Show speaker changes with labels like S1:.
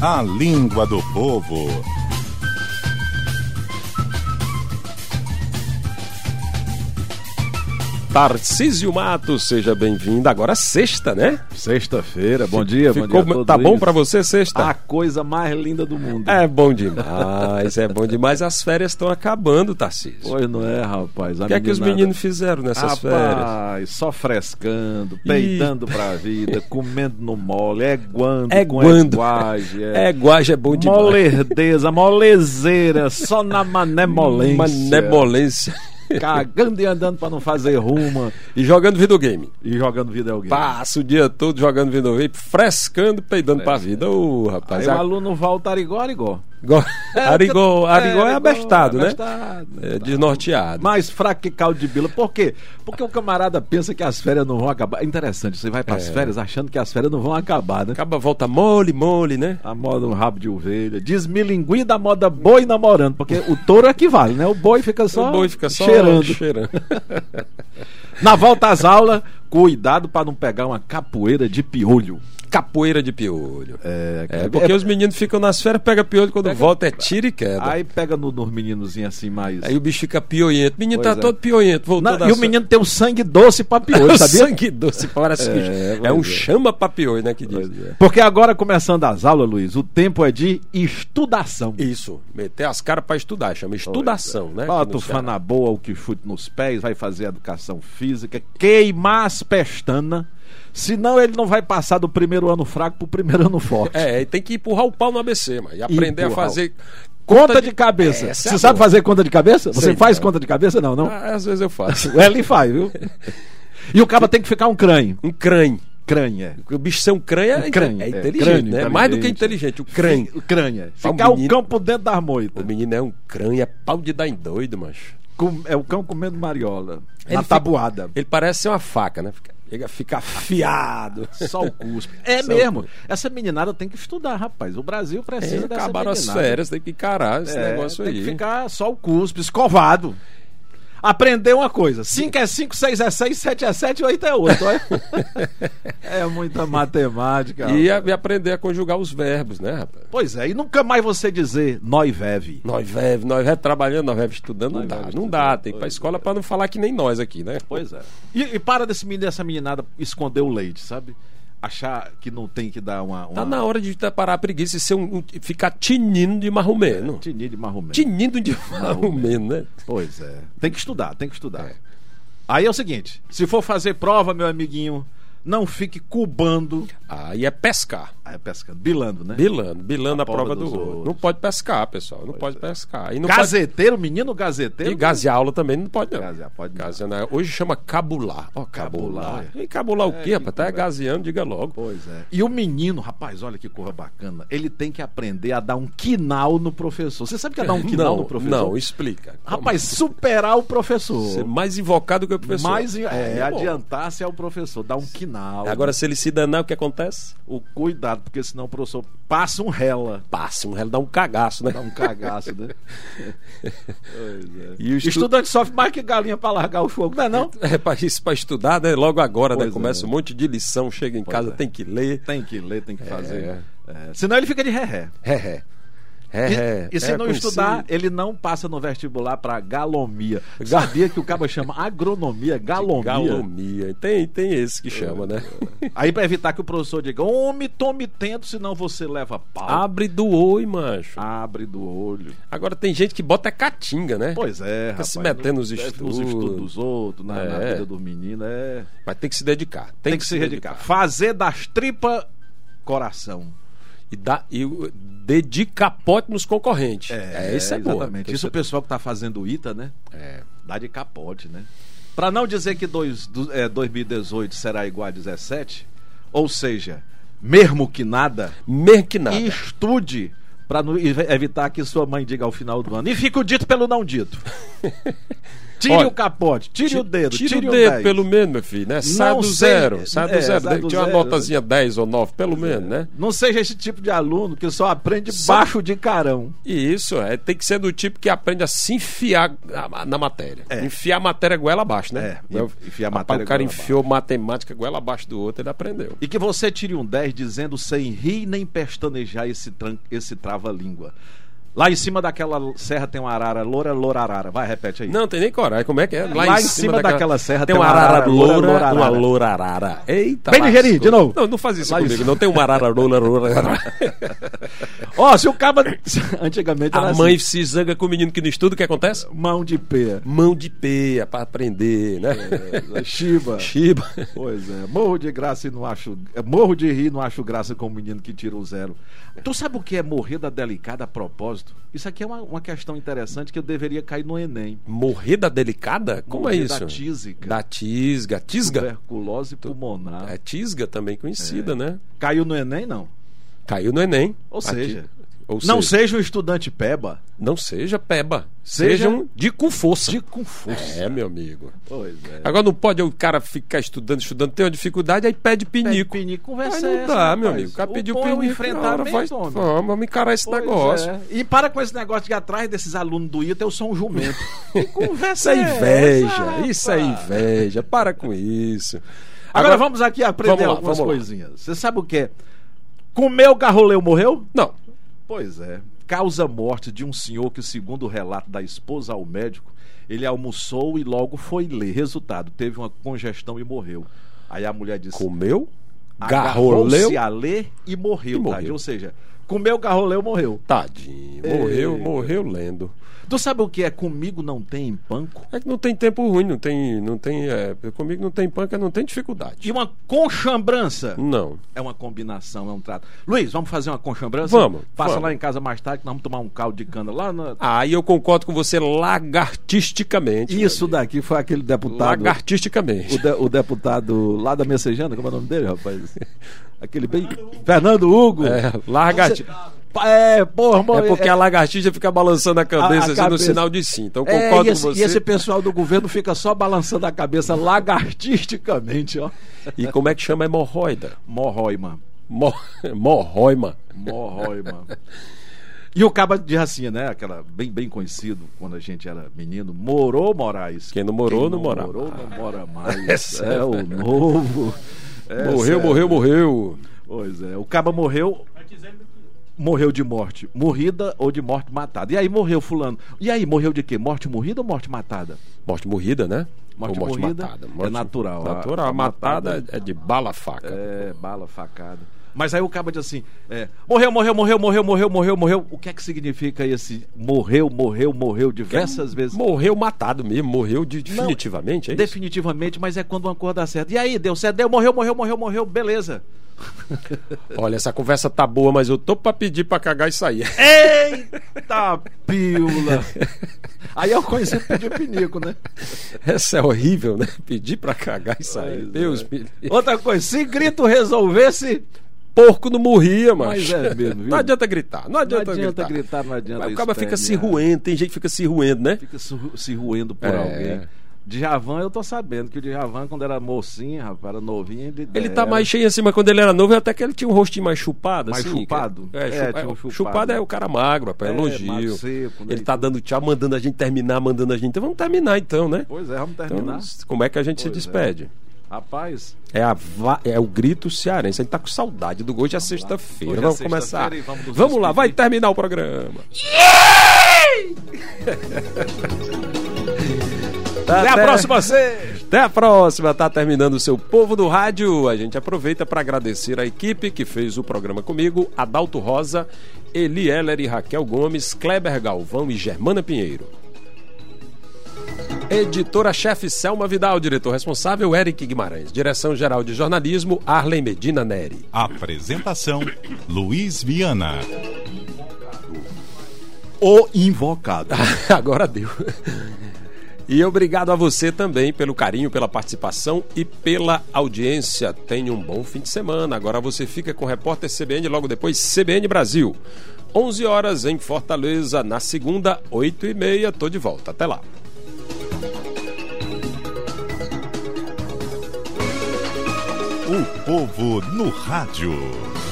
S1: A língua do povo.
S2: Tarcísio Matos, seja bem-vindo. Agora sexta, né?
S3: Sexta-feira, bom dia,
S2: Ficou,
S3: bom dia. a todos. Ah,
S2: tá bom pra você sexta?
S3: A coisa mais linda do mundo.
S2: É bom demais, é bom demais. As férias estão acabando, Tarcísio.
S3: Pois não é, rapaz.
S2: o que é que os meninos fizeram nessas
S3: Rapaz,
S2: férias?
S3: só frescando, peidando pra vida, comendo no mole, é guando,
S2: É
S3: com
S2: guando.
S3: guage, é,
S2: É, guaje é bom demais.
S3: molerdeza, molezeira, só na manemolência.
S2: Manebolência.
S3: Cagando e andando pra não fazer ruma
S2: E jogando videogame.
S3: e jogando videogame.
S2: Passa o dia todo jogando videogame, frescando, peidando pra vida. Ô,
S3: Aí
S2: rapaz.
S3: o
S2: a-
S3: aluno volta arigó-arigó.
S2: Go- Arigol, Arigol é, abestado, né?
S3: abestado.
S2: É desnorteado.
S3: Mais fraco que caldo de bila. Por quê? Porque o camarada pensa que as férias não vão acabar. É interessante, você vai para
S2: É.
S3: as férias achando que as férias não vão acabar, né?
S2: Acaba, volta mole, mole, né?
S3: A moda um rabo de ovelha. Desmilinguim da moda boi namorando. Porque o touro é que vale, né? O boi fica só,
S2: o boi fica só
S3: cheirando.
S2: cheirando.
S3: Na volta às aulas, cuidado para não pegar uma capoeira de piolho.
S2: Capoeira de piolho.
S3: É,
S2: É, porque os meninos ficam nas férias, pega piolho, quando volta é tiro e queda. Aí,
S3: Aí pega no, nos meninozinhos assim mais.
S2: o bicho fica pioiento. O menino
S3: Pois
S2: tá
S3: é.
S2: todo pioiento, voltou
S3: Na-
S2: da
S3: e o
S2: fe-
S3: menino tem o sangue doce pra piolho,
S2: o
S3: sabia?
S2: sangue doce, parece que
S3: É,
S2: é, um
S3: pois é.
S2: chama pra piolho, né, que diz.
S3: Porque agora, começando as aulas, Luiz, o tempo é de estudação.
S2: Isso, meter as caras pra estudar, chama estudação, né? aqui
S3: é. Bota
S2: no
S3: o
S2: Ceará.
S3: fana boa, o que chute nos pés, vai fazer educação física, queimar as pestanas, senão ele não vai passar do primeiro ano fraco pro primeiro ano forte.
S2: É, e tem que empurrar o pau no ABC, mas e aprender
S3: Empurrar
S2: a fazer.
S3: Conta, de, cabeça.
S2: É, essa é
S3: Você
S2: a
S3: sabe
S2: boa.
S3: fazer conta de cabeça? Você
S2: Sei,
S3: faz
S2: não.
S3: conta de cabeça? Não, não.
S2: Ah, às vezes eu faço.
S3: O Eli faz, viu? E o cara tem que ficar um crânio.
S2: Um crânio.
S3: Crânio, é.
S2: Porque o bicho ser um crânio é,
S3: Um crânio,
S2: é
S3: é,
S2: inteligente,
S3: crânio,
S2: né? Mais do que
S3: inteligente.
S2: inteligente, o crânio.
S3: O crânio, é.
S2: Pra um
S3: Ficar o
S2: menino-
S3: cão por dentro das
S2: O
S3: moitas.
S2: menino é um crânio, é pau de dar em doido, macho.
S3: Com- é o cão comendo mariola.
S2: Ele
S3: na
S2: fica-
S3: tabuada.
S2: Ele parece ser uma faca, né? Fica, chega a ficar afiado.
S3: Só o cuspe. É
S2: Só o
S3: mesmo.
S2: cuspe.
S3: Essa meninada tem que estudar, rapaz. O Brasil precisa
S2: É,
S3: dessa
S2: acabaram as
S3: meninada.
S2: férias, tem que encarar esse
S3: É,
S2: negócio
S3: tem
S2: aí.
S3: que ficar só o cuspe, escovado. Aprender uma coisa: 5 é 5, 6 é 6, 7 é 7, 8 é 8. Olha. é muita matemática.
S2: E, a-
S3: rapaz.
S2: e aprender a conjugar os verbos, né, rapaz?
S3: Pois é, e nunca mais você dizer nós veve.
S2: Nós veve, nós veve trabalhando, nós veve estudando, não
S3: Nós
S2: dá.
S3: veve
S2: Não
S3: estudando,
S2: dá, tem que ir pra
S3: pois
S2: escola pra não falar que nem nós aqui, né?
S3: Pois é. E, e para desse menino, dessa meninada esconder o leite, sabe? Achar que não tem que dar uma. uma...
S2: Tá na hora de te- parar a preguiça e ser um, um- ficar tinindo de marromeno.
S3: Tinir de marromeno.
S2: Tinindo de marromeno, né?
S3: Pois é. Tem que estudar, tem que estudar. Aí é o seguinte: se for fazer prova, meu amiguinho, não fique cubando.
S2: Aí é pescar.
S3: Ah, é pescando, bilando, né?
S2: Bilando, bilando a,
S3: prova
S2: prova do
S3: dos
S2: outro. Não
S3: outros. é.
S2: pode pescar, pessoal. Não pode pescar. E não
S3: gazeteiro, menino
S2: pode...
S3: gazeteiro.
S2: E gaseaula também não pode, não.
S3: Gasear, pode não.
S2: Gasear não. é. Hoje chama cabular. Ó, cabular.
S3: Cabular. É,
S2: E cabular o quê, rapaz? Tá
S3: conversa.
S2: gaseando, diga logo.
S3: Pois é. E o menino, rapaz, olha que coisa bacana. Ele tem que aprender a dar um quinal no professor. Você sabe o que é dar um quinal
S2: não,
S3: no professor?
S2: não, explica.
S3: Rapaz, superar o professor.
S2: Ser mais invocado que o professor.
S3: Mais
S2: Aí
S3: é,
S2: bom.
S3: adiantar-se ao professor, dar um quinal.
S2: Agora, se ele se danar, o que acontece?
S3: o cuidado, porque senão o professor passa um rela.
S2: Passa, um réu dá um cagaço, né?
S3: Dá um cagaço, né? Pois é.
S2: E o estu-
S3: Estudante sofre mais que galinha pra largar o fogo, não é não?
S2: É pra isso para estudar, né? Logo agora, né?
S3: Pois
S2: Começa
S3: é.
S2: um monte de lição, chega em casa,
S3: é.
S2: tem que ler.
S3: Tem que ler, tem que
S2: é.
S3: fazer. É, Senão ele fica de ré
S2: É, é. É, é.
S3: E, e se
S2: É,
S3: não
S2: conheci-
S3: estudar, ele não passa no vestibular pra galomia. Sabia que o cabo chama agronomia, galomia.
S2: Galomia. Tem, tem esse que chama, né?
S3: Aí pra evitar que o professor diga, homem, tome tento, senão você leva pau.
S2: Abre do oi, macho.
S3: Abre do olho.
S2: Agora tem gente que bota catinga, né?
S3: Pois é,
S2: Fica
S3: rapaz.
S2: se metendo nos
S3: nos
S2: estudos.
S3: estudos dos outros, na, na
S2: É.
S3: vida do menino, é...
S2: Mas tem que se dedicar. Tem,
S3: Tem, que, se dedicar. Fazer das tripas coração.
S2: E, dá, e o- dê capote nos concorrentes. isso é bom.
S3: Exatamente. Isso o pessoal que tá fazendo ITA, né?
S2: É.
S3: Dá de capote, né? Pra não dizer que dois, du- é, 2018 será igual a 17, ou seja, mesmo que nada,
S2: Mesmo que nada.
S3: estude pra não ev- evitar que sua mãe diga ao final do ano. E fica o dito pelo não dito. Tire
S2: Olha,
S3: o capote, tire o dedo,
S2: Tira
S3: tire
S2: o dedo,
S3: 10.
S2: pelo menos, meu filho, né? Sai do
S3: Não sei-
S2: zero. Sai do
S3: é,
S2: zero.
S3: sai do
S2: Tinha uma
S3: zero. né? É.
S2: notazinha 10 ou 9, pelo menos, né?
S3: Não seja esse tipo de aluno que só aprende
S2: Só-
S3: baixo de carão.
S2: E isso é, tem que ser do tipo que aprende a se enfiar a- na matéria.
S3: É.
S2: Enfiar a matéria goela abaixo, né?
S3: É,
S2: Eu-
S3: enfiar a
S2: rapaz,
S3: matéria
S2: O cara
S3: goela abaixo.
S2: enfiou matemática goela abaixo do outro, ele aprendeu.
S3: E que você tire um 10 dizendo sem rir nem pestanejar esse, tran- esse trava-língua. Lá em cima daquela serra tem uma arara loura, loura arara. Vai, repete aí.
S2: Não, tem nem coragem. Como é que é?
S3: lá em cima daquela serra
S2: tem
S3: tem
S2: uma
S3: uma
S2: arara
S3: arara loura,
S2: loura,
S3: loura
S2: uma
S3: arara.
S2: loura arara. Eita,
S3: Bem
S2: lascou.
S3: digerido, de novo.
S2: Não, não faz isso
S3: Lá em
S2: comigo.
S3: cima.
S2: Não tem uma arara loura, loura, arara.
S3: Ó, se o caba. Antigamente era
S2: A mãe
S3: assim,
S2: se zanga com o menino que não estuda, o que acontece?
S3: mão de pé.
S2: Mão de peia pra aprender, né?
S3: É, Shiba.
S2: Chiba.
S3: Pois é, morro de graça e não acho. é, Morro de rir e não acho graça com o menino que tira o zero. Tu sabe o que é morrer da delicada a propósito? Isso aqui é uma, uma questão interessante que eu deveria cair no Enem.
S2: Morrer da delicada? Como
S3: Morrer
S2: é isso?
S3: Da tísica,
S2: Da tisga. Tisga?
S3: tuberculose pulmonar.
S2: É tisga também conhecida, né?
S3: Caiu no Enem, não.
S2: Caiu no Enem.
S3: É. Ou
S2: A
S3: seja,
S2: ti- ou
S3: não
S2: seja,
S3: seja um estudante peba.
S2: não seja peba.
S3: Seja-
S2: Sejam de com força.
S3: De com força.
S2: É, meu amigo.
S3: Pois é.
S2: Agora não pode o cara ficar estudando, estudando, tem uma dificuldade, aí pede pinico.
S3: Pede pinico,
S2: Aí
S3: conversa
S2: não
S3: essa,
S2: dá, meu
S3: rapaz.
S2: amigo. O cara
S3: O
S2: pediu
S3: bom é o
S2: pinico. cara,
S3: enfrentamento,
S2: faz-
S3: homem.
S2: Vamos, vamos encarar esse
S3: Pois
S2: negócio.
S3: é. E para com esse negócio de atrás desses alunos do ITA, eu sou um jumento. Que
S2: Isso
S3: conversa
S2: é
S3: essa,
S2: inveja, isso é
S3: rapaz?
S2: inveja. Para com isso.
S3: Agora, vamos aqui aprender
S2: vamos lá,
S3: algumas
S2: vamos lá.
S3: coisinhas. Você sabe o que é? Comeu garroleu, morreu?
S2: Não,
S3: Pois é. Causa morte de um senhor que, segundo o relato da esposa ao médico, ele almoçou e logo foi ler. Resultado, teve uma congestão e morreu. Aí a mulher disse:
S2: comeu, garroleu,
S3: agarrou-se a ler e morreu,
S2: E morreu.
S3: Tadinho. Ou seja, comeu garroleu, morreu.
S2: tadinho. Morreu,
S3: Ei.
S2: morreu lendo.
S3: Tu sabe o que é comigo não tem empanco?
S2: É que não tem tempo ruim, não tem. Não tem é, comigo não tem panca, não tem dificuldade.
S3: E uma conchambrança.
S2: Não.
S3: É uma combinação, é um trato. Luiz, vamos fazer uma conchambrança?
S2: Vamos,
S3: Passa
S2: vamos.
S3: lá em casa mais tarde, que nós vamos tomar um caldo de cana lá na.
S2: Aí eu concordo com você lagartisticamente. meu
S3: Isso daqui foi aquele
S2: amigo.
S3: deputado. O,
S2: Lagartisticamente.
S3: de- o deputado lá da Messejana, como é o nome dele, rapaz? Aquele bem. Fernando Hugo.
S2: É, lagarti-
S3: Você- É, porra, irmão,
S2: É porque a lagartixa fica balançando a
S3: a
S2: cabeça, assim, no
S3: cabeça.
S2: sinal de sim. Então eu
S3: É,
S2: concordo
S3: e esse,
S2: com
S3: E
S2: você.
S3: esse pessoal do governo fica só balançando a cabeça lagartisticamente, ó.
S2: E como é que chama hemorroida?
S3: Morroima.
S2: Mor... Morroima.
S3: Morroima. E o Caba de Racinha, né? Aquela bem, bem conhecido quando a gente era menino. Morou Moraes.
S2: Quem não morou, não mora
S3: Morou, não mora mais.
S2: Essa
S3: é
S2: é-
S3: o novo. Essa
S2: morreu,
S3: é-
S2: morreu, morreu.
S3: Pois é. O Caba morreu. Morreu de morte morrida ou de morte matada. E aí morreu Fulano. E aí morreu de quê? Morte morrida ou morte matada?
S2: Morte morrida, né?
S3: Morte
S2: Ou
S3: morrida é natural.
S2: Natural.
S3: A-
S2: A,
S3: a
S2: matada
S3: matada-
S2: é de bala faca.
S3: É, bala, facada. Mas aí o cabo diz assim: é, morreu, morreu, morreu, morreu, morreu, morreu, morreu. O que é que significa esse morreu, morreu, morreu diversas vezes?
S2: Morreu matado mesmo, morreu de- definitivamente, é isso?
S3: Definitivamente, mas é quando uma cor dá certo. E aí, deu certo, deu, morreu, morreu, morreu, morreu, beleza.
S2: Olha, essa conversa tá boa, mas eu tô pra pedir pra cagar e sair.
S3: Eita piula! Aí eu conheci pedir pinico, né?
S2: Essa é horrível, né? Pedir pra cagar e sair.
S3: Pois é.
S2: Deus me livre.
S3: Outra coisa, se grito resolvesse,
S2: Porco não morria, macho.
S3: Mas é mesmo, viu?
S2: Não adianta gritar, não né, adianta,
S3: não adianta gritar,
S2: gritar.
S3: não adianta.
S2: Mas o cara fica se
S3: espernear.
S2: ruendo, tem gente que fica se ruendo, né?
S3: é. fica su- se ruendo por
S2: É.
S3: alguém. Djavan, eu tô sabendo que o Djavan, quando era mocinha, rapaz, era novinho, ele,
S2: Ele
S3: era-
S2: tá mais cheio assim, mas quando ele era novo, até que ele tinha um rostinho mais chupado.
S3: é. Mais
S2: assim,
S3: chupado?
S2: É,
S3: É,
S2: chupa-
S3: tinha um
S2: chupado.
S3: chupado.
S2: é o cara magro, rapaz,
S3: É,
S2: elogio.
S3: magro, seco, né?
S2: Ele tá dando tchau, mandando a gente terminar, mandando a gente. Então vamos terminar então, né?
S3: Pois é, vamos
S2: Então,
S3: terminar.
S2: como é que a gente se
S3: Pois é.
S2: despede?
S3: Rapaz,
S2: É, a va- é o grito cearense. A gente tá com saudade do gol. Hoje é sexta-feira.
S3: Hoje é
S2: Vamos
S3: sexta-feira
S2: começar.
S3: e vamos nos
S2: Vamos lá,
S3: despedir.
S2: vai terminar o programa.
S3: até a
S2: Até-
S3: próxima sexta!
S2: Até a próxima, tá terminando o seu Povo do Rádio. A gente aproveita para agradecer a equipe que fez o programa comigo, Adalto Rosa, Eli Heller e Raquel Gomes, Kleber Galvão e Germana Pinheiro. Editora-chefe Selma Vidal, diretor responsável Eric Guimarães, direção-geral de jornalismo Arlen Medina Neri.
S1: Apresentação: Luiz Viana.
S3: O invocado.
S2: Agora deu. E obrigado a você também pelo carinho, pela participação e pela audiência. Tenha um bom fim de semana. Agora você fica com o repórter CBN, logo depois CBN Brasil. 11 horas em Fortaleza, na segunda, 8 e meia. Tô de volta. Até lá.
S1: O povo no rádio.